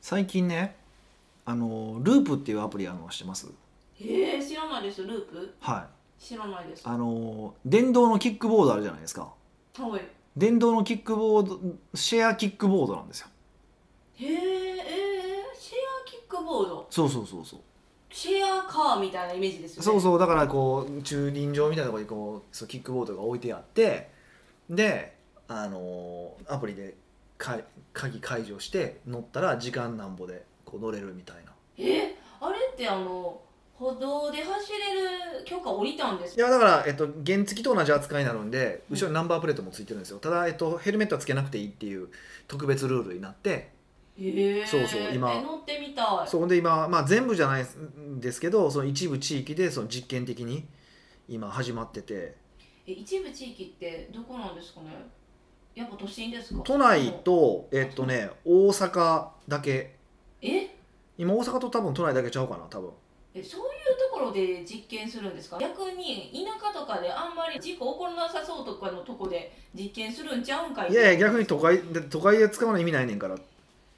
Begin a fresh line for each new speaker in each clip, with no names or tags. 最近ねあのループっていうアプリあのしてます
へえ知らないですよループ
はい
知らないですは
あの電動のキックボードあるじゃないですか
い
電動のキックボードシェアキックボードなんですよ
へええーシェアキックボード
そうそうそうそう
シェアカーみたいなイメージですよね
そう
う
そうだからこう駐輪場みたいなところにこうそうキックボードが置いてあってであのーアプリでか鍵解除して乗ったら時間なんぼでこう乗れるみたいな
えあれってあの歩道で走れる許可降りたんです
いやだから、えっと、原付と同じ扱いになるんで後ろにナンバープレートもついてるんですよただ、えっと、ヘルメットはつけなくていいっていう特別ルールになって
へえ
そうそう今
え乗ってみたい
そこで今、まあ、全部じゃないんですけどその一部地域でその実験的に今始まってて
え一部地域ってどこなんですかねやっぱ都心ですか
都内とえっとね大阪だけ
え
今大阪と多分都内だけちゃうかな多分
えそういうところで実験するんですか逆に田舎とかであんまり事故起こらなさそうとかのとこで実験するんちゃうんかい
いやいや逆に都会だって都会で使うの意味ないねんから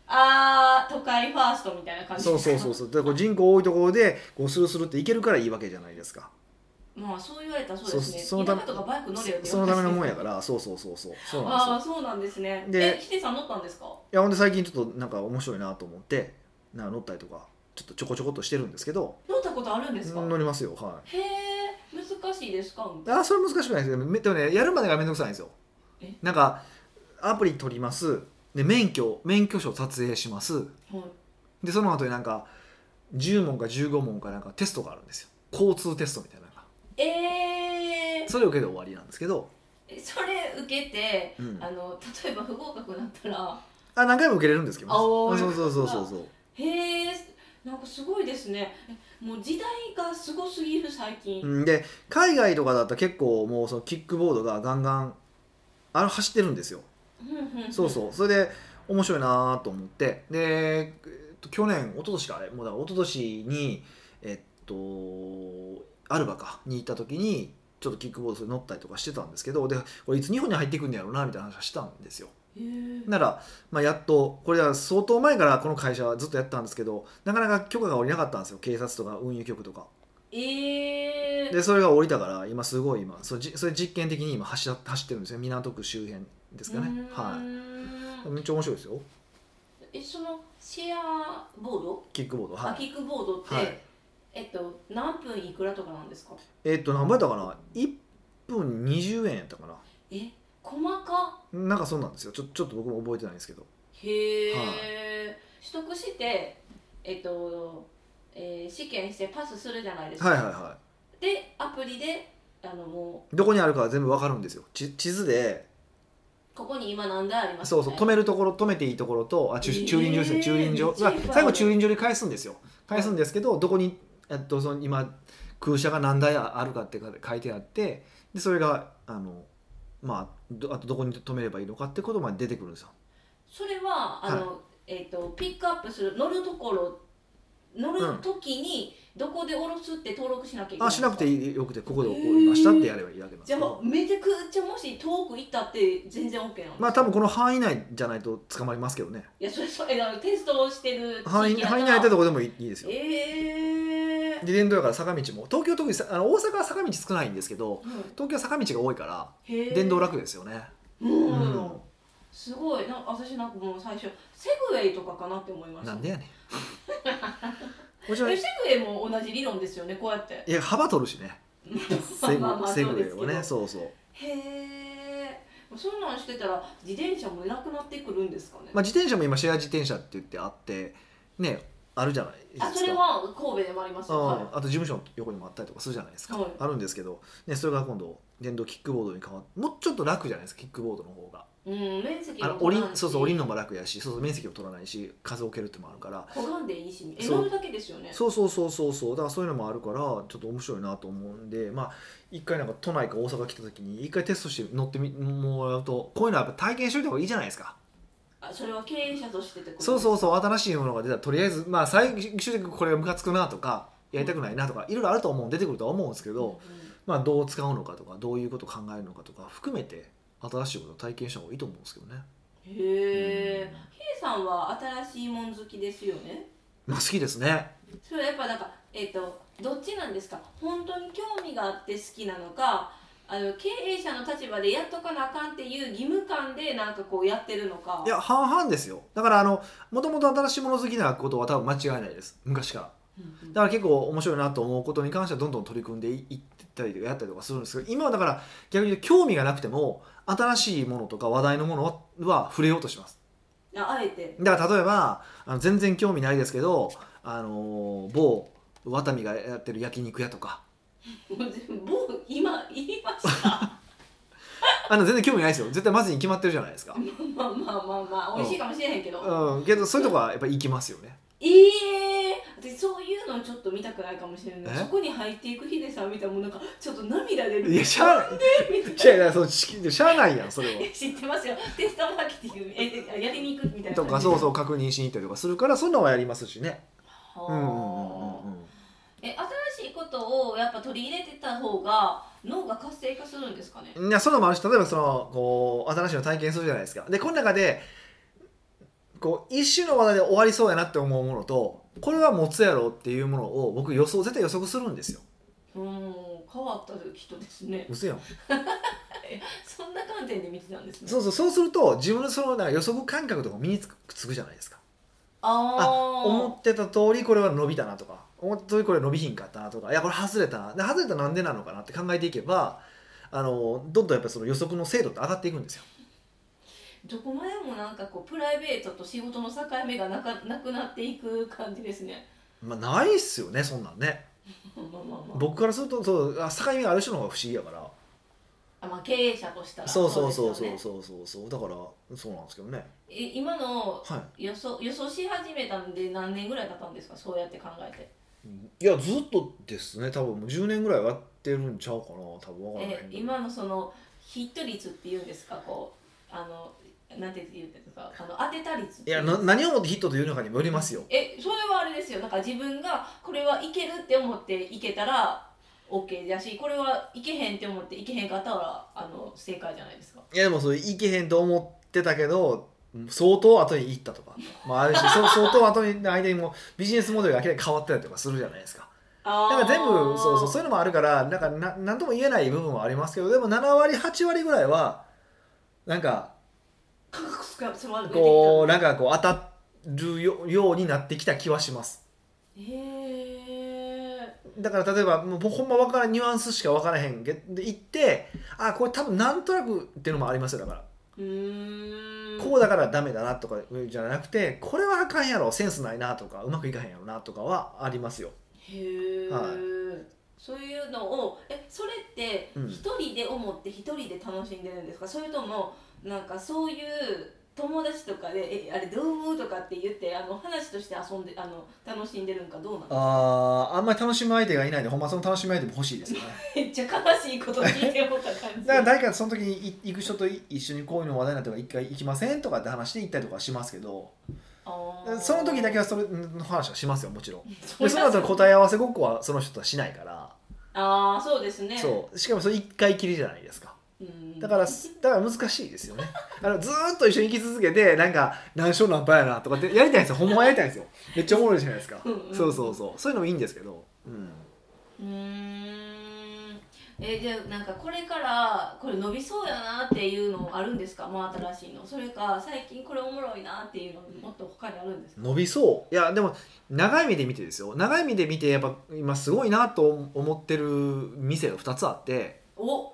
あー都会ファーストみたいな感じ
そうそうそう そうだからこう人口多いところでこうスルスルっていけるからいいわけじゃないですか
まあそう言われたらそうですね
そそのため
田舎とかバイク乗れよって
そのためのもんや
ら
からそうそうそうそうそうなんですよ
ああーそうなんですね
で
えキテさん乗ったんですか
いやほんで最近ちょっとなんか面白いなと思ってなんか乗ったりとかちょっとちょこちょこっとしてるんですけど
乗ったことあるんですか、
乗りますよは
へえ難しいですか
いあそれ難しくないですけどめでもねやるまでがめんどくさいんですよ
え
なんかアプリ取りますで免許免許証撮影します
はい
でその後になんか10問か15問かなんかテストがあるんですよ交通テストみたいなのが
えー
それを受けて終わりなんですけど、
えそれ受けて
うん
あの例えば不合格になったら
あ何回も受けれるんですけどね
あおー
あそうそうそうそうそう
へえなんかすごいですねえもう時代がすごすぎる最近、
うんで海外とかだったら結構もうそのキックボードがガンガンあの走ってるんですよ
うんう ん、
そうそうそれで面白いなと思ってで、えっと、去年一昨年かあれもうだから一昨年にえっとアルバかに行った時にちょっとキックボードそれ乗ったりとかしてたんですけどでこれいつ日本に入ってくんねやろうなみたいな話はしたんですよ
へえ
なら、まあ、やっとこれは相当前からこの会社はずっとやってたんですけどなかなか許可が下りなかったんですよ警察とか運輸局とか
えー、
でそれが下りたから今すごい今それじそれ実験的に今走ら走ってるんですよ港区周辺ですかね
うー
は
ん
いめっちゃ面白いですよ
えそのシェアボード、
キックボード
あ
はい
キックボードって、
はい
えっと何分いくらとかなんですか
えっと何倍だったかな1分20円やったかな
え細か
なんかそうなんですよちょちょっと僕も覚えてないんですけど
へえ、取得してえっと、えー試験してパスするじゃないですか、
はいはいは
でアプリであのも
いどこにあるかは全部わかるんですよち地図で
うここに今何台あります
そうそう止めるところ止めていいところとあ駐
えー
駐輪場ですね駐輪場
めっちゃいっぱいある
まあ最後駐輪場に返すんですよ返すんですけどどこに、えっと、その今空車が何台あるかって書いてあってでそれがあのまあどあとどこに止めればいいのかってことまで出てくるんですよ
それはあの、えっ、とピックアップする乗るところ乗る時にどこで降ろすって登録しなきゃいけない
あ
んです
し
か
なくていいよくてここで降りましたってやればいいわけなんです
じゃ
け
あ
ど
めちゃくちゃもし遠く行ったって全然 OK なんですか
まあ多分この範囲内じゃないと捕まりますけどね
いやそれそれあのテストをしてる
範囲
やか
範囲
ら
内だったらどこでもいいいいですよ
ええー
で電動だから坂道も東京特にさあの大阪は坂道少ないんですけど
うん
東京は坂道が多いから
へー
電動楽ですよね、
うん、
うん
すごいなんか私なんかもう最初セグウェイとかかなって思いました
なんでやね んもちろん
え
い
セグウェイも同じ理論ですよねこうやって
や幅取るしねセ グセグウェイをね
そ
そうそう、
へえそんなんしてたら自転車もいなくなってくるんですかね、
まあ、自転車も今シェア自転車って言ってあってねあるじゃないですか
あそれは神戸でもあります
うん
よ、は
あと事務所の横にもあったりとかするじゃないですか、
はい
あるんですけど、ね、それが今度電動キックボードに変わってもうちょっと楽じゃないですかキックボードの方が
い、うん面積
あ
も
の降り
取らんし
そうそう降りるのも楽やしそうそう面積を取らないし風を受けるってのもあるから
こがんでいいしえ
そう
乗るだけですよね
そうそうそうそうそうだからそういうのもあるからちょっと面白いなと思うんでまあ一回なんか都内か大阪来た時に一回テストして乗ってみもらうとこういうのはやっぱ体験しといた方がいいじゃないですか
あそれは経営者としてってこと
そうそううそう新しいものが出たらとりあえずまあ最終的にこれムカつくなとかやりたくないなとかいろいろあると思う出てくるとは思うんですけ
け
ど、まあどう使うのかとかどういうことを考えるのかとか含めて新しいことを体験した方がいいと思うんですけどね
へえ K さんは新しいもん好きですよね
まあ好きですね
それはやっぱなんかえっ、とどっちなんですか本当に興味があって好きなのかあの経営者の立場でやっとかなあかんっていう義務感でなんかこうやってるのか
いや半々ですよだからあのもともと新しいもの好きなことは多分間違いないです昔から
うんうん
だから結構面白いなと思うことに関してはどんどん取り組んでいったりとかやったりとかするんですけど今はだから逆に言うと興味がなくても新しいものとか話題のものはは触れようとします
ああえて
だから例えばあの全然興味ないですけど、あのー某ワタミがやってる焼肉屋とか
もう全部もう今言いました
あの全然興味ないですよ絶対まずいに決まってるじゃないですか、
まあまあまあまあ美味しいかもしれへんけど、
うん、けどそういうとこはやっぱり行きますよね
ええ私そういうのちょっと見たくないかもしれない
え
そこに入っていくヒデさん見たらもうなんかちょっと涙出る
いやしゃあない
みたいない
やいやそうししゃあないやんそれは
や 知ってますよテストマーケティングえやりに行くみたいな
とかそうそうう確認しに行ったりとかするからそんなのはやりますしねうんうんうんうん
は
う
あ
ん
え新しいことをやっぱ取り入れてた方が脳が活性化するんですかね
いやそういうのもあるし例えばそのこう新しいの体験するじゃないですかでこの中でこう一種の話題で終わりそうやなって思うものとこれは持つやろっていうものを僕予想絶対予測するんですよ
うん変わった人ですね
うせやん
そんな観点で見てたんですね
そうそうそうすると自分のそのなんか予測感覚とか身につくつくじゃないですか
ああ
思ってた通りこれは伸びたなとか思った通りこれ伸びひんかったなとかいやこれ外れたなで外れたらなんでなのかなって考えていけばあのどんどんやっぱその予測の精度って上がっていくんですよ
どこまでもなんかこうプライベートと仕事の境目がなかなくなっていく感じですね
まあないっすよねそんなんね
まあまあまあまあ
僕からするとそうあ境目がある人の方が不思議やから
あまあ経営者としたら
そうそうそう
ですよ
そうそ
ね
うそうそうだからそうなんですけどね
え今の
は
予想予想し始めたんで何年ぐらい経ったんですかそうやって考えて
いいやずっとですね多分もう10年ぐらいやってるんちゃうかな多分わからない
え
けど
今のそのヒット率っていうんですかこうあのなんて言うんですかあの当てた率っ
い
てい
や
う
な何をもってヒットというのかにもよりますよ
えそれはあれですよなんか自分がこれはいけるって思っていけたら OK だしこれはいけへんって思っていけへんかったらあの正解じゃないですか
いやでもそれいけへんと思ってたけど相当後に行ったとか、まあ、あるしそ相当後に間にもビジネスモデルが明らかに変わってたりとかするじゃないですか
あ
だから全部そうそうそう
う
いうのもあるからなんかな何とも言えない部分はありますけどでも7割8割ぐらいはなんか
カクスカそれは出てきた
こうなんかこう当たるよようになってきた気はします
へえ
だから例えばもうほんまわからんニュアンスしか分からへんけで行ってあこれ多分なんとなくっていうのもありますよだから、
うーん
こうだからダメだなとかじゃなくてこれはあかんやろセンスないなとかうまくいかへんやろなとかはありますよ
へえ、
は
そういうのをえそれって
うん
一人で思って一人で楽しんでるんですか、それともなんかそういう友達とかで「えあれどう思う?」とかって言ってあの話として遊んであの楽しんでるんかどうなの
あーあんまり楽しむ相手がいないんでほんまその楽しむ相手も欲しいですよね
めっちゃ悲しいこと聞いてもた感 じ
だから誰かその時にい行く人とい一緒にこういうの話題になったから一回行きませんとかって話して行ったりとかはしますけど
あー
その時だけはそれの話はしますよもちろ ん
そ
で
り
そ
ゃ
の後の答え合わせごっこはその人とはしないから、
ああそうですね
そうしかもそれ一回きりじゃないですか
うん
だからだから難しいですよねあのずーっと一緒に生き続けてなんか何勝何敗やなとかってやりたいんですよほんまはやりたいんですよめっちゃおもろいじゃないですか
うんうん
そうそうそうそういうのもいいんですけど、うん、
うーんえじゃあなんかこれからこれ伸びそうやなっていうのあるんですか真新しいのそれか最近これおもろいなっていうのもっと他にあるんですか
伸びそういやでも長い目で見てですよ長い目で見てやっぱ今すごいなと思ってる店が2つあって
お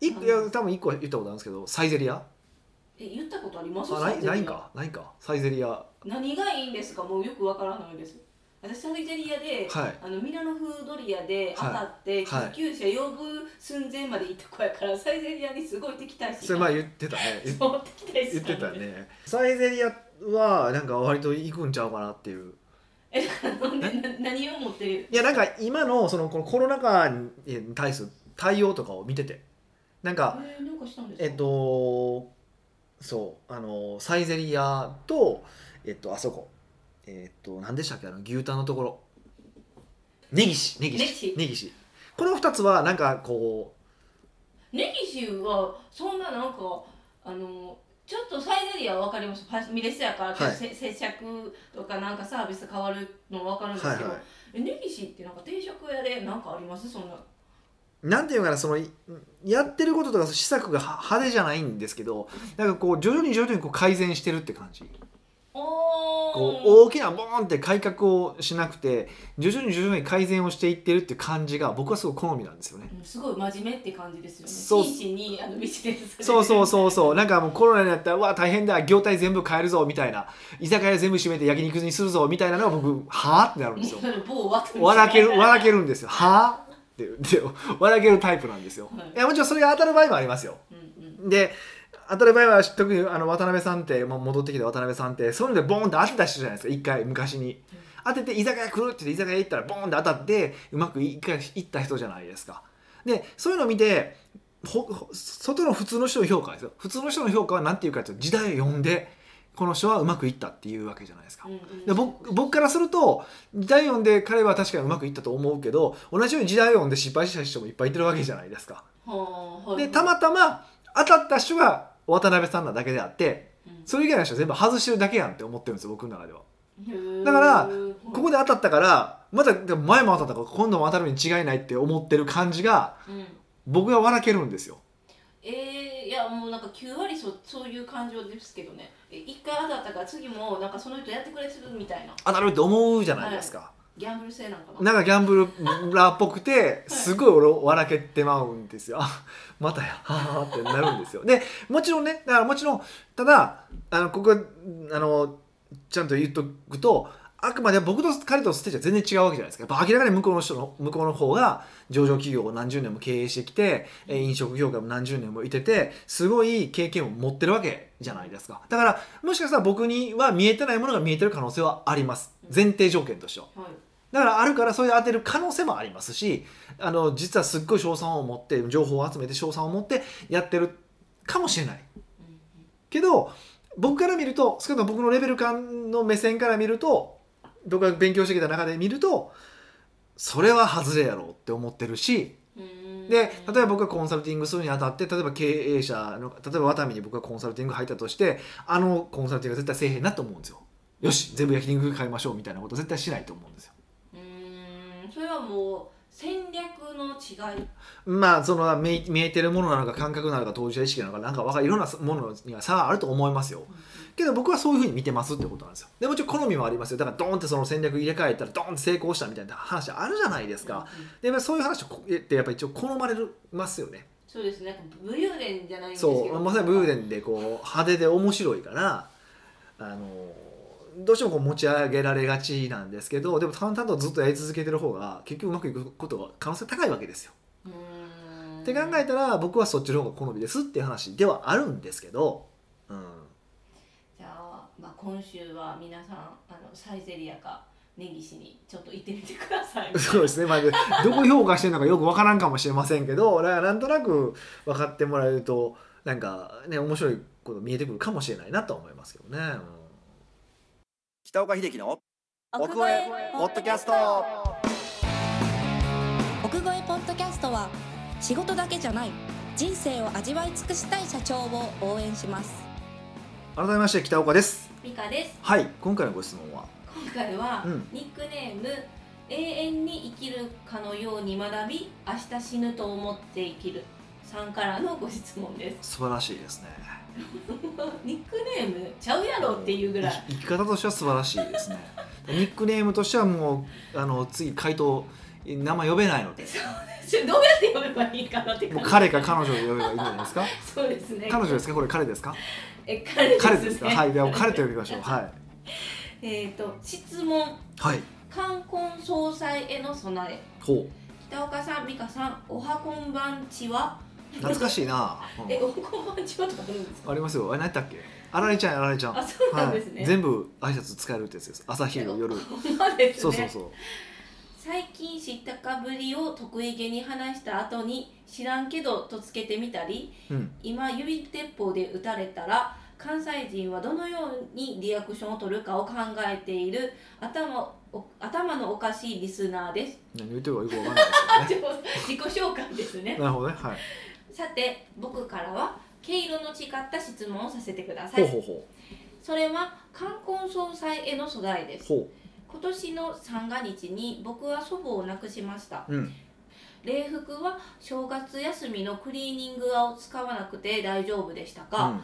一個いや多分1個は言ったことあるんですけどサイゼリア
え言ったことあります
あな
サイ
い
ゼリア
ないんかないんかサイゼリアは
何がいいんですかもうよくわからないです私サイゼリアで、
い
あのミラノフードリアで当たって
はいはい
救急車呼ぶ寸前まで行った子やからサイゼリアにすごい敵対心
それ前言ってたね言っ
そう敵対
言
心
ってたねサイゼリアはなんか割と行くんちゃうかなっていう
えあのねな何を持ってる
いやなんか今のそのこのコロナ禍に対する対応とかを見ててなん
え
か
ー、なんかしたんですか
えっとそうあのサイゼリアとえっとあそこえっと何でしたっけあの牛タンのところ根岸根岸
根岸
根岸この2つはなんかこう
ネギシはそんななんかあのちょっとサイゼリアは分かりましたパミレスやからって、
はい
せ接客とかなんかサービス変わるの分かるんです
はい
けど、
は
えネギシってなんか定食屋でなんかありますそんな、
い、なんていうかなそのいやってることとか施策がは派手じゃないんですけどなんかこう徐々に徐々にこう改善してるって感じ
お
こう
お
大きなボーンって改革をしなくて徐々に徐々に改善をしていってるっていう感じが僕はすごい好みなんですよね。
すごい真面目って感じですよね
そう
真摯にあのビジネス
そうそう
う
そうそうなんかもうコロナになったらうわ大変だ業態全部変えるぞみたいな居酒屋全部閉めて焼肉にするぞみたいなのが僕はあってなるんですよ
某わ け
笑ける
わ
笑けるんですよはあってで笑けるタイプなんですよ、
はい
い、やもちろんそれが当たる場合もありますよ
うんうん
で当たる場合は特にあの渡辺さんって、まあ、戻ってきた渡辺さんってそういうのでボーンって当てた人じゃないですか一回昔に当てて居酒屋来るって言って居酒屋行ったらボーンって当たってうまくいかいった人じゃないですかでそういうのを見てほほ外の普通の人の評価ですよ普通の人の評価は何ていうかというと時代を読んでこの人はうまくいったっていうわけじゃないですか
うんうん
で僕僕からすると時代音で彼は確かにうまくいったと思うけど同じように時代音で失敗した人もいっぱいいてるわけじゃないですか。
はあはい
でたまたま当たった人が渡辺さんなだけであって
うん
それ以外の人は全部外してるだけやんって思ってるんですよ僕の中では。
へえ
だから
はい
ここで当たったからまたでも前も当たったから今度も当たるに違いないって思ってる感じが
うん
僕は笑けるんですよ。
えー、いやもうなんか9割そそういう感情ですけどねえ一回当たったから次もなんかその人やってくれてるみたいな
当たるって思うじゃないですか。
ギャンブル性なんか
な
な
んかギャンブルラーっぽくてすごい俺笑けてまうんですよ あまたやははってなるんですよでもちろんねだからもちろんただあのここはあのちゃんと言っとくとあくまで僕と彼とのステージは全然違うわけじゃないですかやっぱ明らかに向こうの人の向こうの方が上場企業を何十年も経営してきてえー飲食業界も何十年もいててすごい経験を持ってるわけじゃないですかだからもしかしたら僕には見えてないものが見えてる可能性はあります前提条件としては。
はい
だからあるからそれで当てる可能性もありますしあの実はすっごい賞賛を持って情報を集めて賞賛を持ってやってるかもしれない
うん
けど僕から見ると少なくとも僕のレベル感の目線から見ると僕が勉強してきた中で見るとそれは外れやろうって思ってるし
うんうん
で例えば僕がコンサルティングするにあたって例えば経営者の例えばワタミに僕がコンサルティング入ったとしてあのコンサルティングは絶対せえへんなと思うんですよ。よし全部焼肉買いましょうみたいなこと絶対しないと思うんですよ。
うんそれはもう戦略の違い
まあその見見えてるものなのか感覚なのか当事者意識なのかなんかわかいろんなものには差があると思いますよけど僕はそういうふうに見てますってことなんですよでもちろん好みもありますよだからドーンってその戦略入れ替えたらドーンって成功したみたいな話あるじゃないですか
うんうん
でやっぱりそういう話ってやっぱ一応好まれますよね
そうですねなんか武勇伝じゃないんですけど
そうまさに武勇伝でこう派手で面白いからあのどうしてもこう持ち上げられがちなんですけどでも淡々とずっとやり続けてる方が結局うまくいくことは可能性高いわけですよ
うん
って考えたら僕はそっちの方が好みですっていう話ではあるんですけど、うん、
じゃあ,、まあ今週は皆さんあのサイゼリアかネギシにちょっと行ってみてください
そうですね、まあ、でどこ評価してるのかよくわからんかもしれませんけどだからなんとなく分かってもらえるとなんかね面白いこと見えてくるかもしれないなとは思いますけどね。うん
北岡秀樹の
奥越えポッドキャスト奥越えポッドキャストは仕事だけじゃない人生を味わい尽くしたい社長を応援します
改めまして北岡です。
ミカです
はい、今回のご質問は、
今回は、
うん
ニックネーム永遠に生きるかのように学び明日死ぬと思って生きるさんからのご質問です
素晴らしいですね。
ニックネームちゃうやろっていうぐらい
生き方としては素晴らしいですね。 ニックネームとしてはもうあの次回答名前呼べないので、
そ れどうやって読めばいいかなって
もう
感じ
彼か彼女で呼べばいいんじゃないです か。
そうですね
彼女ですかこれ彼ですか
え彼ですね
彼ですかはいでは彼と呼びましょうはい
えっと質問
はい
冠婚葬祭への備え
ほう
北岡さん、美香さん、おはこんばんちは。
懐かしいな、うん
え、おはこんばんちはとかあるんですか。
ありますよあれ何だっけあられちゃんあられちゃん
あ、そうなんですね。
はい、全部挨拶使えるってやつです朝昼夜
ほんまですね。
そうそうそう
最近知ったかぶりを得意げに話した後に知らんけどとつけてみたり、
うん
今指鉄砲で撃たれたら。関西人はどのようにリアクションを取るかを考えている頭お頭のおかしいリスナーです。
何言ってるかよくわかんないです
自己紹介ですね
よねなるほどねはい
さて僕からは毛色の違った質問をさせてくださ
ほ
い、
うほうほ
それは冠婚葬祭への備えで
う
す
ほ
今年の三が日に僕は祖母を亡くしました
ううん
礼服は正月休みのクリーニング屋を使わなくて大丈夫でしたか、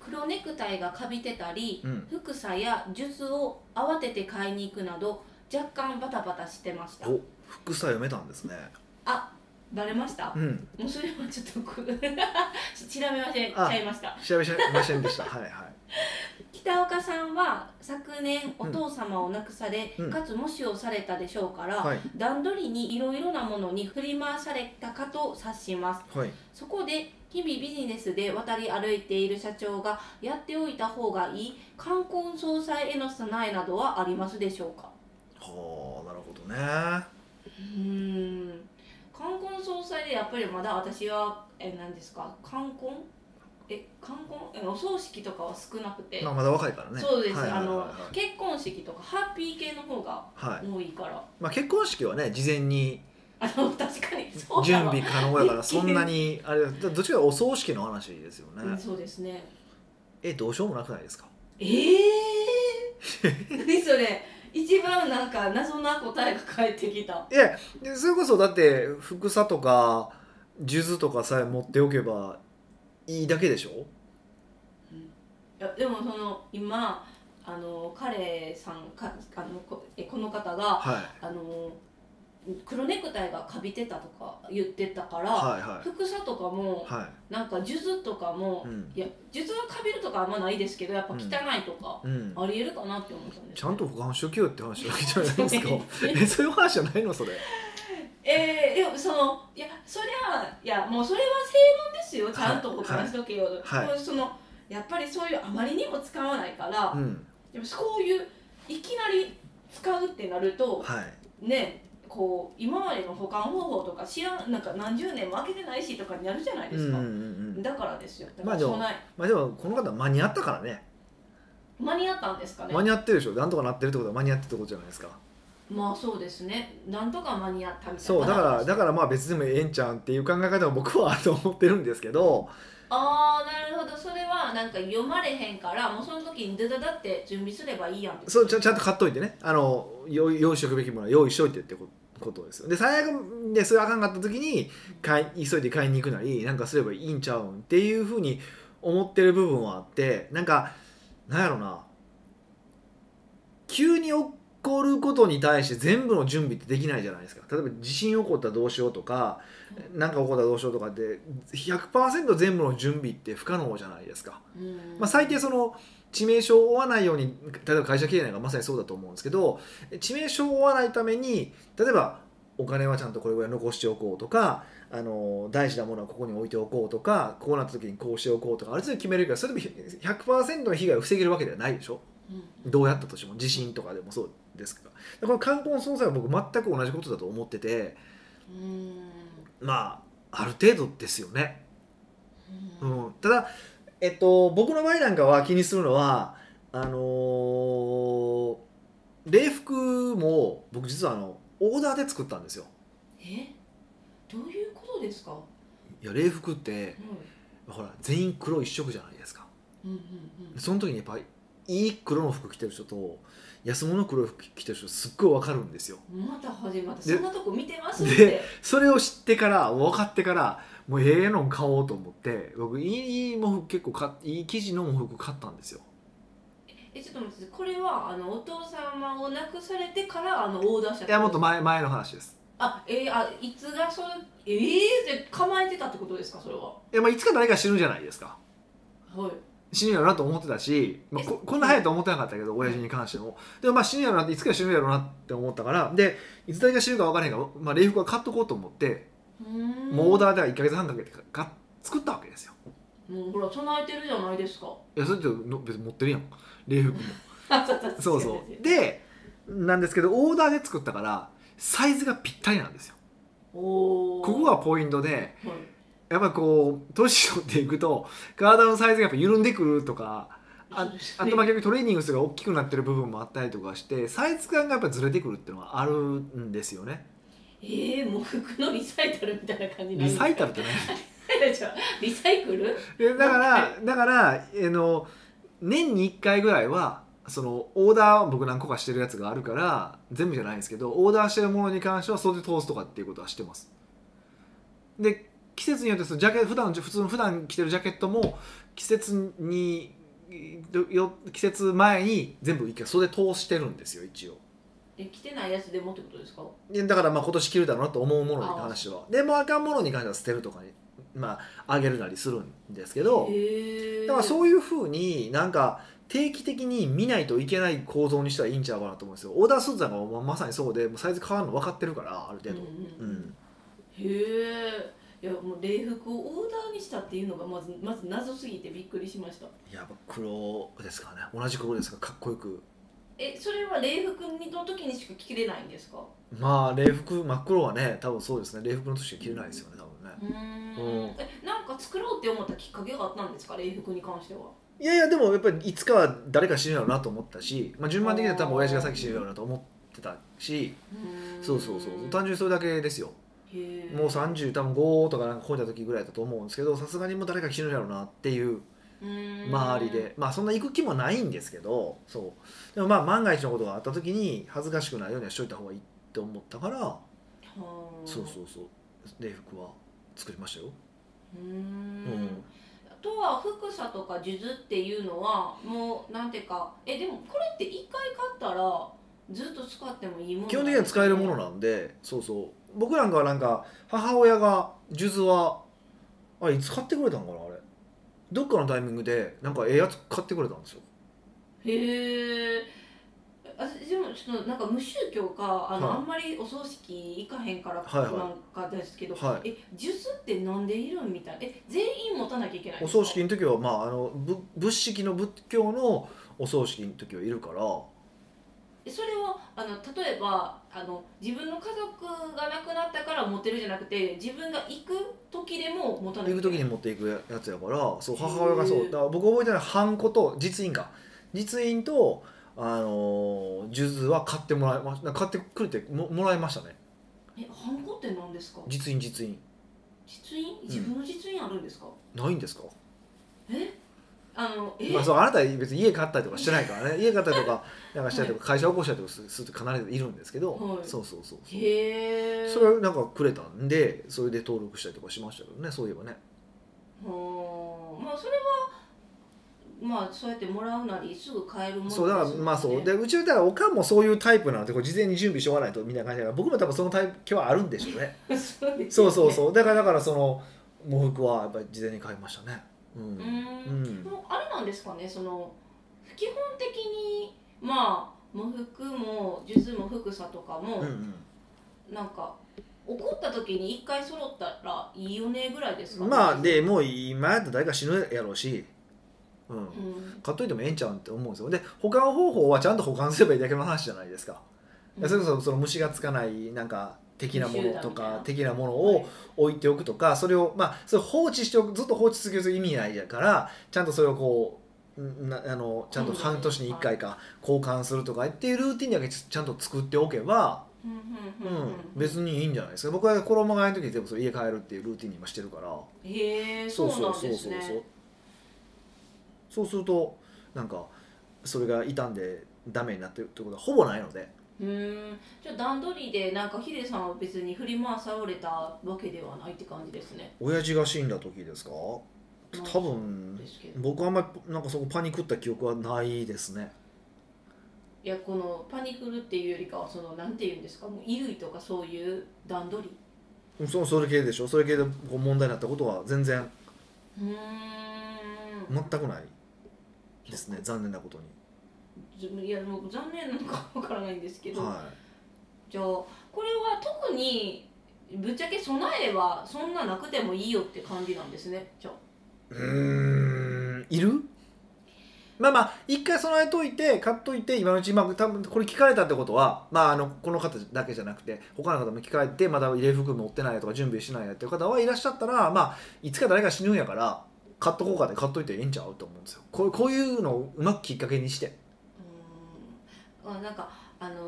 黒ネクタイがかびてたり
うんうん
服さや術を慌てて買いに行くなど若干バタバタしてました
お副作読めたんですね
あバレました、
うん
もうそれはちょっとこう ち調べませんち
あ
ゃいました
調べませんでした はいはい
北岡さんは昨年お父様を亡くされ、
うん
かつ無視をされたでしょうから、
はい
段取りにいろいろなものに振り回されたかと察します
はい
そこで日々ビジネスで渡り歩いている社長がやっておいた方がいい冠婚葬祭への備えなどはありますでしょうか
はあなるほどね
うーん冠婚葬祭でやっぱりまだ私はえ何ですか冠婚え冠婚えお葬式とかは少なくて、
まあまだ若いからね
そうです、
はいはいはいはい
あの結婚式とかハッピー系の方が
はい
多いから
まあ、結婚式はね事前に
あの確かにそう
準
だわ
備可 能やから
そう
そ
だわ
んなにあれどっちかというとお葬式の話ですよ
うん
ね
そうですね
えどうしようもなくないですか
ええー、 何それ一番なんか謎な答えが返ってきた
いやでそれこそだって服さとか数珠とかさえ持っておけばいいだけでしょ
いやでもその今あの彼さんかあのこえこの方が
はい
あの黒ネクタイがかびてたとか言ってたから、
はいはい
服装とかも、
は
なんか数珠とかも、
いうん
いや数珠はかびるとかあんまないですけどやっぱ汚いとか、
うん
ありえるかなって思ったんです
ちゃんと保 管しときよって話だけじゃないですか
え
えそういう話じゃないのそれ
えー、でもそのいやそりゃいやもうそれは正論ですよちゃんと保管しとけよ、
はいはい
そのやっぱりそういうあまりにも使わないから、
うん
でもそういういきなり使うってなると
はい
ねこう今までの保管方法とか知らんなんか何十年も開けてないしとかになるじゃないで
うんう
す
んう
か、
ん
だからですよだか
まあ
ら
でも
備え
まあでもこの方間に合ったからね
間に合ったんですかね
間に合ってるでしょなんとかなってるってことは間に合ってるってことじゃないですか
まあそうですねなんとか間に合ったみたいな
そうだからだかららまあ別でもええんちゃうんっていう考え方も僕はある と思ってるんですけど
ああなるほどそれはなんか読まれへんからもうその時にダダダって準備すればいいやんって
そうちゃちゃんと買っといてねあの用意用意しとくべきものは用意しといてってこことですよで最悪でそれあかんかった時に買い急いで買いに行くなりなんかすればいいんちゃうんっていうふうに思ってる部分はあってなんかなんやろな急に起こることに対して全部の準備ってできないじゃないですか例えば地震起こったらどうしようとか何か起こったらどうしようとかって100%全部の準備って不可能じゃないですか。
うん
まあ、最低その致命傷を負わないように例えば会社経営なんかまさにそうだと思うんですけど致命傷を負わないために例えばお金はちゃんとこれぐらい残しておこうとかあの大事なものはここに置いておこうとかこうなった時にこうしておこうとかある程度決めるけどそれでも100%の被害を防げるわけではないでしょ
うん
どうやったとしても地震とかでもそうですからでこの冠婚葬祭は僕全く同じことだと思ってて
うん
まあある程度ですよね。
うん
うん、ただ、えっと、僕の場合なんかは気にするのはあのー礼服も僕実はあのオーダーで作ったんですよ
えどういうことですか、
いや礼服って
う
ほら全員黒一色じゃないですか
ん、うんうんうん
その時にやっぱいい黒の服着てる人と安物の黒い服着てる人すっごい分かるんですよ
また始まったそ
で
んなとこ見てますっ
で
て
それを知ってから分かってからもうええの買おうと思って僕いいも服結構買っいい生地のも服買ったんですよ
えちょっと待ってこれはあのお父様を亡くされてからあのオーダーした
いやもっと前前の話です
あえーあいつがそのえー、で構えてたってことですかそれは
えまあ、いつか誰か死ぬじゃないですか
はい
死ぬやろなと思ってたし、まあ、ここんな早いとは思ってなかったけど親父に関してもでもまあ死ぬやろなっていつか死ぬやろなって思ったからでいつ誰が死ぬか分からへんから、まあ、礼服は買っとこうと思って、
うーん
もうオーダーでは1か月半かけてかか作ったわけですよ
もうほら備えてるじゃないですか
いやそれっての別に持ってるやん礼 服も
あ そうそう
そうそうでなんですけどオーダーで作ったからサイズがぴったりなんですよ
おお
ここがポイントで
はい
やっぱこう年取っていくと体のサイズがやっぱ緩んでくるとかああとまあ逆にトレーニング数が大きくなってる部分もあったりとかしてサイズ感がやっぱずれてくるっていうのはあるんですよね
えー、もう服のリサイタルみたいな感じにな
リ
る
サイタルってね
違う違う リサイクル
でだからだからあの年に1回ぐらいはそのオーダーを僕何個かしてるやつがあるから全部じゃないんですけどオーダーしてるものに関しては袖通すとかっていうことはしてますで季節によってそのジャケ普段普通の普段着てるジャケットも季節によ季節前に全部一回袖通してるんですよ一応
え着てないやつでもってことですか
いやだからまあ今年着るだろうなと思うものに関してはでもうあかんものに関しては捨てるとかにまああげるなりするんですけど、
へえ
だから
う
そういうふうになんか定期的に見ないといけない構造にしたらいいんちゃうかなと思うんですよオーダースーツなんかもまさにそうでもうサイズ変わるの分かってるからある程度、
ん
う
うんんうん、へえいやもう礼服をオーダーにしたっていうのがまずまず謎すぎてびっくりしました
やっぱ黒ですかね同じ黒ですがかっこよく
えそれは礼服の時にしか着れないんですか
まあ礼服真っ黒はね多分そうですね礼服の時しか着れないですよね多分ね
うーん
うん
えなんか作ろうって思ったきっかけがあったんですか礼服に関してはい
やいやでもやっぱりいつかは誰か死ぬやろうなと思ったし、まあ、順番的には多分親父が先死ぬやろうなと思ってたしそうそうそう単純にそれだけですよ
へえ
もう30多分5とかなんか超えた時ぐらいだと思うんですけどさすがにもう誰か死ぬやろうなっていう
うーん
周りでまあそんな行く気もないんですけどそうでもまあ万が一のことがあった時に恥ずかしくないようにはしといた方がいいって思ったから
はあ
そうそうそう礼服は作りましたよ、
うー
うん
んあとは服さとか数珠っていうのはもうなんていうかえでもこれって一回買ったらずっと使ってもいいもの
基本的には使えるもの
な
なんでそうそう僕なんかはなんか母親が数珠はあれいつ買ってくれたんかなあれどっかのタイミングでなんかええやつ買ってくれたんですよ
へえ私でもちょっとなんか無宗教かあの、
はい
あんまりお葬式行かへんから
はいはい
なんかですけど、
は
えジュスってなんでいるんみたいなえ全員持たなきゃいけないん
お
です
葬
か
式の時はまああのぶ仏式の仏教のお葬式の時はいるから
えそれはあの例えばあの自分の家族が亡くなったから持ってるじゃなくて自分が行く時でも持たなきゃ
行
い
く
け
時
ない
に持っていくやつやからそう母親がそ
へ
う
ー
だから僕覚えてないハンコと実印か実印とあのー数珠は買ってもらいました買ってくれてももらいましたね
えハンコって何ですか
実印実印
実印自分の実印あるんですか、
ないんですか、
えあのえ、
まあ、そうあなたは別に家買ったりとかしてない からね家買ったりとかなんかしたりとか会社起こしたりとかすすると必ずいるんですけど、
はい
そうそうそうそう
へえ
それをなんかくれたんでそれで登録したりとかしましたけどねそういえばね
はあまあそれはまあそうやってもらうなりすぐ買えるもの
そうだから
ですよね
まあそうでうちだからおかんもそういうタイプなんでこう事前に準備しておかないとみたいな感じだから僕も多分そのタイプ気はあるんでしょうね
そう
そう
ですよね
そうそうだからだからその喪服はやっぱり事前に買いましたねう、
うんーん
うん
もうあれなんですかねその基本的にまあ喪服も術も服さとかも、
うんうん
なんか怒った時に一回揃ったらいいよねぐらいですかね
まあでもう今やったら誰か死ぬやろうし、うん
うん
買っといてもええんちゃうんって思うんですよで保管方法はちゃんと保管すればいいだけの話じゃないですか、
うん
それこそその虫がつかないなんか的なものと
虫だみたい
か
な
的なものを置いておくとかそれをまあそれを放置しておくずっと放置する意味ないやからちゃんとそれをこうんなあのちゃんと半年に1回か交換するとかっていうルーティンだけちゃんと作っておけば
うん
う
うんうんうん
ん、別にいいんじゃないですか僕は衣替えの時に全部それ家帰るっていうルーティンに今してるから
へえそうなんですね
そうするとなんかそれが傷んでダメになってるってことはほぼないので
うーんじゃあ段取りでなんかヒデさんは別に振り回されたわけではないって感じですね
親父が死んだ時ですか多
まあ
分
ですけど
僕はあんまりなんかそこパニックった記憶はないですね
いやこのパニクルっていうよりかはそのなんて言うんですかもう衣類とかそういう段取り
そそれ系でしょそれ系でこう問題になったことは全然
うーん
全くないですね残念なことに
ずいやもう残念なのかわからないんですけど、
は
じゃあこれは特にぶっちゃけ備えはそんななくてもいいよって感じなんですねじゃあ
いうーんいるまあまあ一回備えといて買っといて今のうちまあ多分これ聞かれたってことはまああのこの方だけじゃなくて他の方も聞かれてまだ入れ服持ってないとか準備しないやっていう方はいらっしゃったらまあいつか誰か死ぬんやから買っとこうかで買っといてええんちゃうと思うんですよこうこういうのをうまくきっかけにして
うーんあなんかあの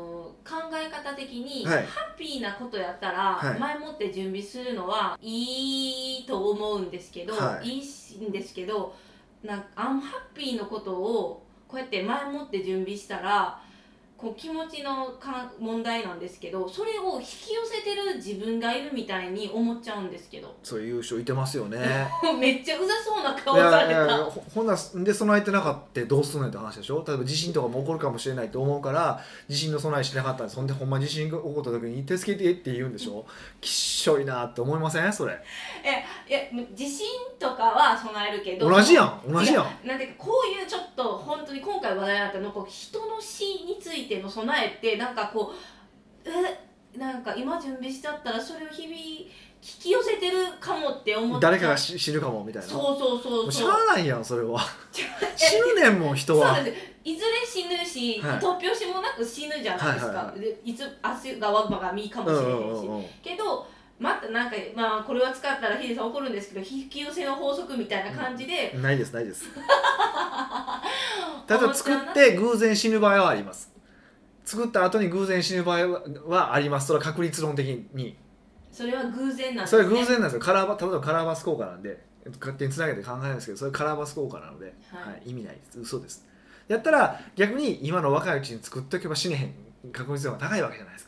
考え方的に、
はい
ハッピーなことやったら、
はい
前もって準備するのはいいと思うんですけど、、
はい
いんですけどなんかアンハッピーのことをこうやって前もって準備したらこう気持ちのかん問題なんですけどそれを引き寄せてる自分がいるみたいに思っちゃうんですけど
そういう人いてますよね
めっちゃうざそうな顔
いや
さ
い
れ
やいや
た。
ほほんならで備えてなかったどうすんねんって話でしょ例えば地震とかも起こるかもしれないと思うから地震の備えしてなかったんですほんでほんま地震が起こった時に手助けてって言うんでしょきっしょいなって思いませんそれ
いや地震とかは備えるけど
同じやん同じやん
なんていうかこういうちょっと本当に今回話題になったのこう人の死についての備えってなんかこうえなんか今準備しちゃったらそれを日々聞き寄せてるかもって思って
誰かがし死ぬかもみたいな
そうそうそうそ
も
う
うしゃあないやんそれ は死ぬねんもん人は
そうですいずれ死ぬし、
はい
突拍子もなく死ぬじゃないですか、
はいはいはい
でいつ足がわばがみかも
う
しれ
ん
へんし、
うんうんうん
けどまたなんか、まあ、これは使ったらヒデさん怒るんですけど引き寄せの法則みたいな感じで、
ないですない ですただ作って偶然死ぬ場合はあります作った後に偶然死ぬ場合ははありますそれは確率論的に
それは偶然なんです
それ
ね
は偶然なんですよカラーバ例えばカラーバス効果なんで勝手につなげて考えるんですけどそれカラーバス効果なので、
はい
意味ないです嘘ですやったら逆に今の若いうちに作っておけば死ねへん確率の方が高いわけじゃないですか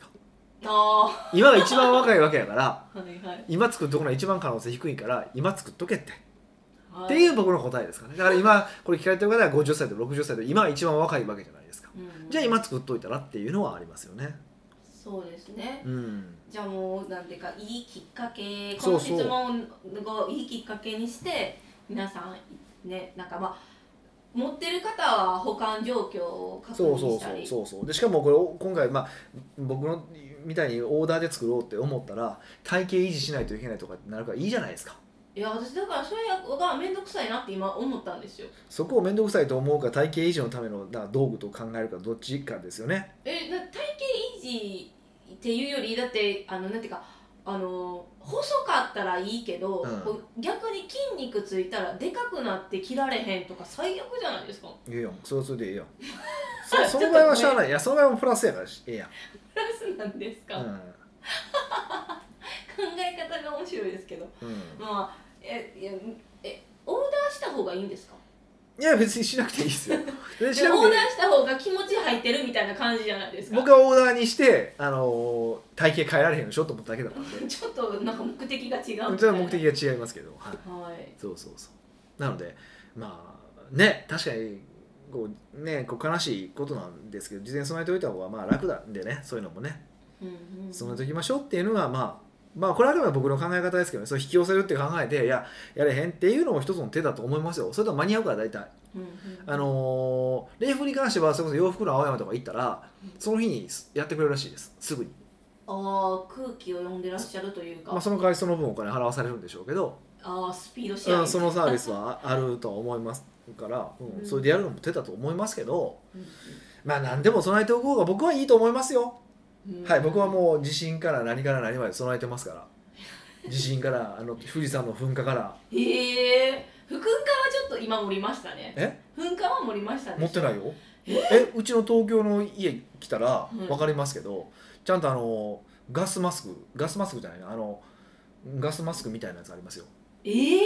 あ
今が一番若いわけやから
あはいはい
今作っとくのは一番可能性低いから今作っとけって
はい
っていう僕の答えですかねだから今これ聞かれてる方は50歳と60歳で今一番若いわけじゃないですか
うん
じゃあ今作っといたらっていうのはありますよね
そうですね
うん
じゃあもうなんていうかいいきっかけこ
そ
の
うそう
質問をいいきっかけにして皆さんねなんかまあ持ってる方は保管状況を確
そうそ
認
う
した
そう
り
そうそうでしかもこれを今回、まあ、僕のみたいにオーダーで作ろうって思ったら体型維持しないといけないとかってなるからいいじゃないですか
いや私だからそれが面倒くさいなって今思ったんですよ
そこを面倒くさいと思うか体型維持のためのだから道具と考えるかどっちかですよね
えな体型維持っていうよりだってあのなんていうかあの細かったらいいけど、
うん
こう逆に筋肉ついたらでかくなって切られへんとか最悪じゃないですか
いいよそれはそれでいいよそその場合はしゃあないいやその場合もプラスやからしええやん
プラスなんですか、考え方が面白いですけど
うん、うん
まあえいやえオーダーした方がいいんですか
いや別にしなくていいですよ。で
オ
し
ー
な
ダ
く
ー
て
した方が気持ち入ってるみたいな感じじゃないですか、
僕はオーダーにして、あのー体型変えられへんでしょと思っただけだったんで
ちょっとなんか目的が違うみたいな
それは目的が違いますけど、はい、
はい
そうそうそう。なので、まあね、確かにこう、ね、こう悲しいことなんですけど、事前に備えておいた方がまあ楽なんでね、そういうのもね、
うんうん
備えておきましょうっていうのが、まあ、まあこれはあくまで僕の考え方ですけどね、そう引き寄せるって考えて、いや、やれへんっていうのも一つの手だと思いますよ。それとは間に合うから大体。
うんうん
あのー、礼服に関してはそれこそ洋服の青山とか行ったらその日にやってくれるらしいですすぐに、
ああ空気を読んでらっしゃるというか、
まあ、その代わりその分お金払わされるんでしょうけど、
ああスピードシェア
う
リン
ん、
グ
そのサービスはあるとは思いますから、うん
うん
それでやるのも手だと思いますけど
うん
まあ何でも備えておこうが僕はいいと思いますよ、
うん
はい僕はもう地震から何から何まで備えてますから地震からあの富士山の噴火から
へえ噴火はちょっと今盛りましたね
え
噴火は盛りましたね
持って
い
ないよえうちの東京の家来たら
うん
分かりますけど、ちゃんとあのガスマスクガスマスクじゃないなあのガスマスクみたいなやつありますよ
ええ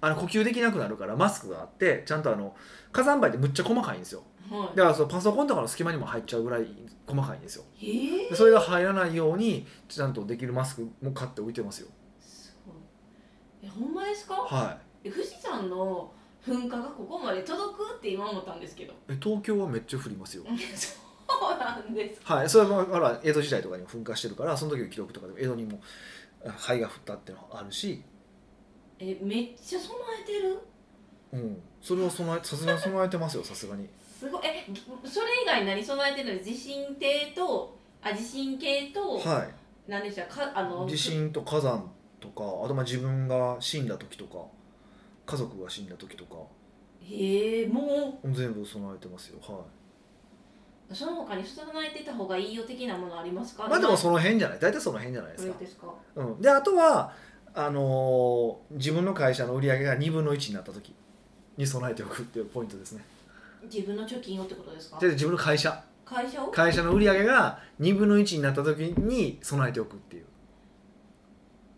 あの呼吸できなくなるからマスクがあってちゃんとあの火山灰ってむっちゃ細かいんですよ
は
だからそのパソコンとかの隙間にも入っちゃうぐらい細かいんですよ
いええ
でそれが入らないようにちゃんとできるマスクも買って置いてますよ
すごいえほんまですか
は
え富士山の噴火がここまで届くって今思ったんですけど
いえ東京はめっちゃ降りますよ
そうなんです
はい、それもほら江戸時代とかにも噴火してるからその時の記録とかでも江戸にもあ灰が降ったっていうのはあるし、
えめっちゃ備えてる
うん、それを備えさすがに備えてますよさすがに
すごいえそれ以外何備えてるの地震計とあ地震計と、
は
何でしたかあの
い地震と火山とかあとまあ自分が死んだ時とか家族が死んだ時とか
へえも
全部備えてますよは
うその他に備えてた方がいいよ的なものありますか
いまあでも
の
その辺じゃない大体その辺じゃないですか
ですか
うん、であとはあのー自分の会社の売り上げが2分の1になった時に備えておくっていうポイントですね
自分の貯金をってことですか
で自分の会社
会社を
会社の売り上げが2分の1になった時に備えておくっていう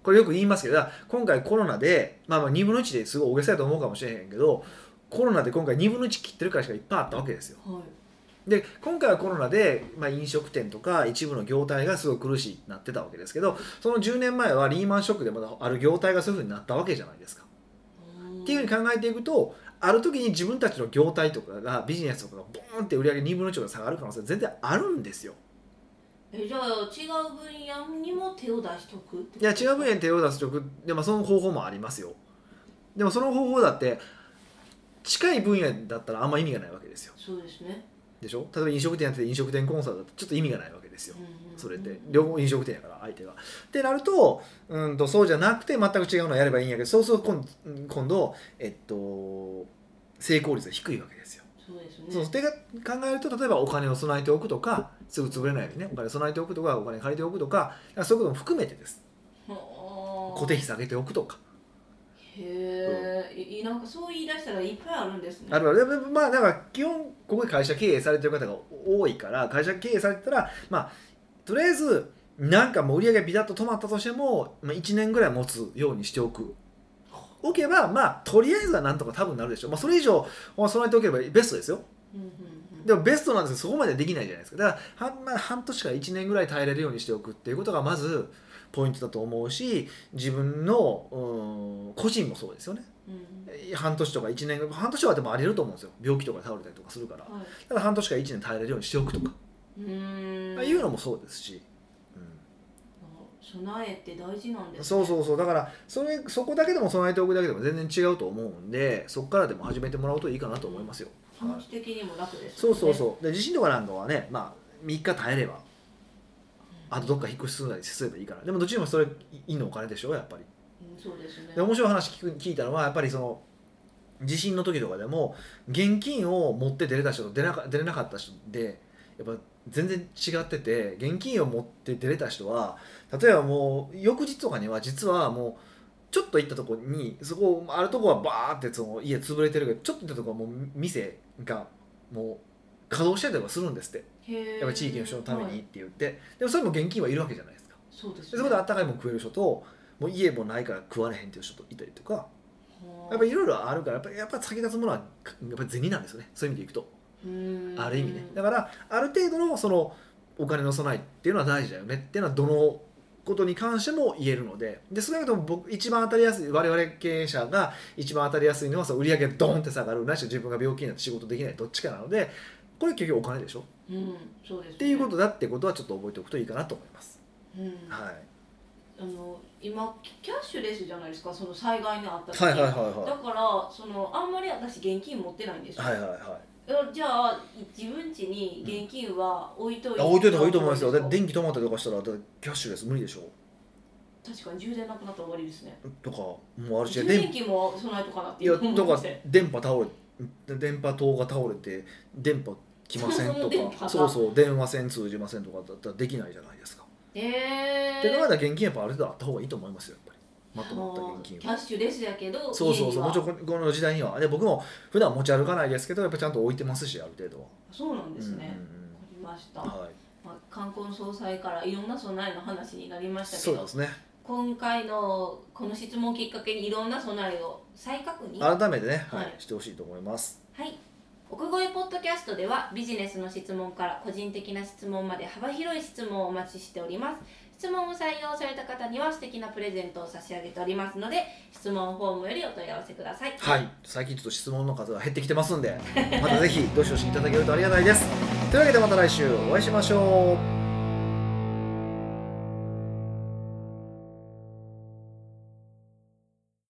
これよく言いますけどだから今回コロナで、まあ、まあ2分の1ですごい大げさやと思うかもしれへんけどコロナで今回2分の1切ってる会社がいっぱいあったわけですよ
はい
で今回はコロナで、まあ、飲食店とか一部の業態がすごい苦しいってなってたわけですけどその10年前はリーマンショックでまだある業態がそういうふうになったわけじゃないですか。っていうふうに考えていくとある時に自分たちの業態とかがビジネスとかがボーンって売り上げ2分の1が下がる可能性全然あるんですよ。
えじゃあ違う分野にも手を出しとくってこと
いや違う分野に手を出す職で、まあ、その方法もありますよ。でもその方法だって近い分野だったらあんま意味がないわけですよ。
そうですね、
でしょ例えば飲食店やってて飲食店コンサルだとちょっと意味がないわけですよ。
うんうん、
それって両方飲食店やから相手が。ってなるとうんとそうじゃなくて全く違うのをやればいいんやけどそうすると今今度、えっと、成功率が低いわけですよ。
そうですね
そうって考えると例えばお金を備えておくとかすぐ潰れないようにねお金を備えておくとかお金借りておくとかそういうことも含めてです
はあ
固定費下げておくとか
へえ、いなんかそう言い出したらいっぱいあるんですね
あるあるでもまあだから基本ここで会社経営されてる方が多いから会社経営されてたらまあとりあえずなんかもう売り上げがビタッと止まったとしても、まあ、1年ぐらい持つようにしておく。おけばまあとりあえずはなんとか多分なるでしょう、まあ、それ以上まあ備えておけばベストですよ
うんうんうん、
でもベストなんですけどそこまではできないじゃないですかだから半,、まあ、半年から1年ぐらい耐えれるようにしておくっていうことがまずポイントだと思うし自分のうん個人もそうですよね
うん
半年とか1年半年はでもあり得ると思うんですよ病気とか倒れたりとかするからだ
はい
から半年から1年耐えれるようにしておくとか、
うーん
いうのもそうですし、
備えって大事なん
う
で
ん、
す
そうそうそうだからそれそこだけでも備えておくだけでも全然違うと思うんでそこからでも始めてもらうといいかなと思いますよ、
気持ち的にも楽です、ね、
そうそうそうで地震とかなんかはね、まあ、3日耐えればあとどっか引っ越しするなりすればいいからでもどっちにもそれいいのお金でしょやっぱり
うん、そうですね
で面白い話聞く聞いたのはやっぱりその地震の時とかでも現金を持って出れた人と出なか出れなかった人でやっぱ全然違ってて現金を持って出れた人は例えばもう翌日とかには実はもうちょっと行ったとこにそこあるとこはバーってその家潰れてるけどちょっと行ったとこはもう店がもう稼働してたりとかするんですって
へえ
やっぱ地域の人のため
は
にっ
い
て言って、でもそれも現金はいるわけじゃないですか
そうです
でそこであったかいもん食える人ともう家もないから食われへんっていう人といたりとかやっぱ
り
いろいろあるからやっぱやっぱ先立つものはやっぱり銭なんですよねそういう意味でいくとある意味ねだからある程度のそのお金の備えっていうのは大事だよねっていうのはどのことに関しても言えるのでで少なくとも僕一番当たりやすい我々経営者が一番当たりやすいのはその売り上げがドーンって下がるないしは自分が病気になって仕事できないどっちかなのでこれ結局お金でしょ
うんそうですね
っていうことだってことはちょっと覚えておくといいかなと思います。
うん
はい
あの今キャッシュレスじゃないですかその災害にあった時
はいはいはい
だ
は
からそのあんまり私現金持ってないんです
い。
よ、
はいはいはい。
えじゃあ自分家に現金は置いといて、
あ置いといた方がいいと思いますよ。だって
確
電気止まったりとかしたらだってキャッシュレス無理でしょ。
かに充電なくなったら終わりですね
とかもあるし、
充
電
電器も備えとかなって
いや
思
と
っ
か
て
電波倒れ電波塔が倒れて電波来ません
そもそも
と
電波
か、
が
そうそう電話線通じませんとかだったらできないじゃないですか。
えー、
って考えたら現金やっぱある程度あった方がいいと思いますよ。やっぱりまとまった現
あーキ
金
ャ
は
ッ。シュレスやけど
そうそうそう。もちろ
ん
んこのこの時代にはで僕も普段持ち歩かないですけどやっぱちゃんと置いてますしある程度は。
そうなんですね、
うん
わかりました、
うんうん。
ま
はい。
あ、冠婚葬祭からいろんな備えの話になりましたけ
そう
ど
ですね。
今回のこの質問をきっかけにいろんな備えを再確認
改めてね、は
はい
い、してほしいと思います。
はい奥越ポッドキャストではビジネスの質問から個人的な質問まで幅広い質問をお待ちしております質問を採用された方には素敵なプレゼントを差し上げておりますので質問フォームよりお問い合わせください
はい、最近ちょっと質問の数が減ってきてますんで、またぜひどしどしいただけるとありがたいです。というわけでまた来週お会いしましょう。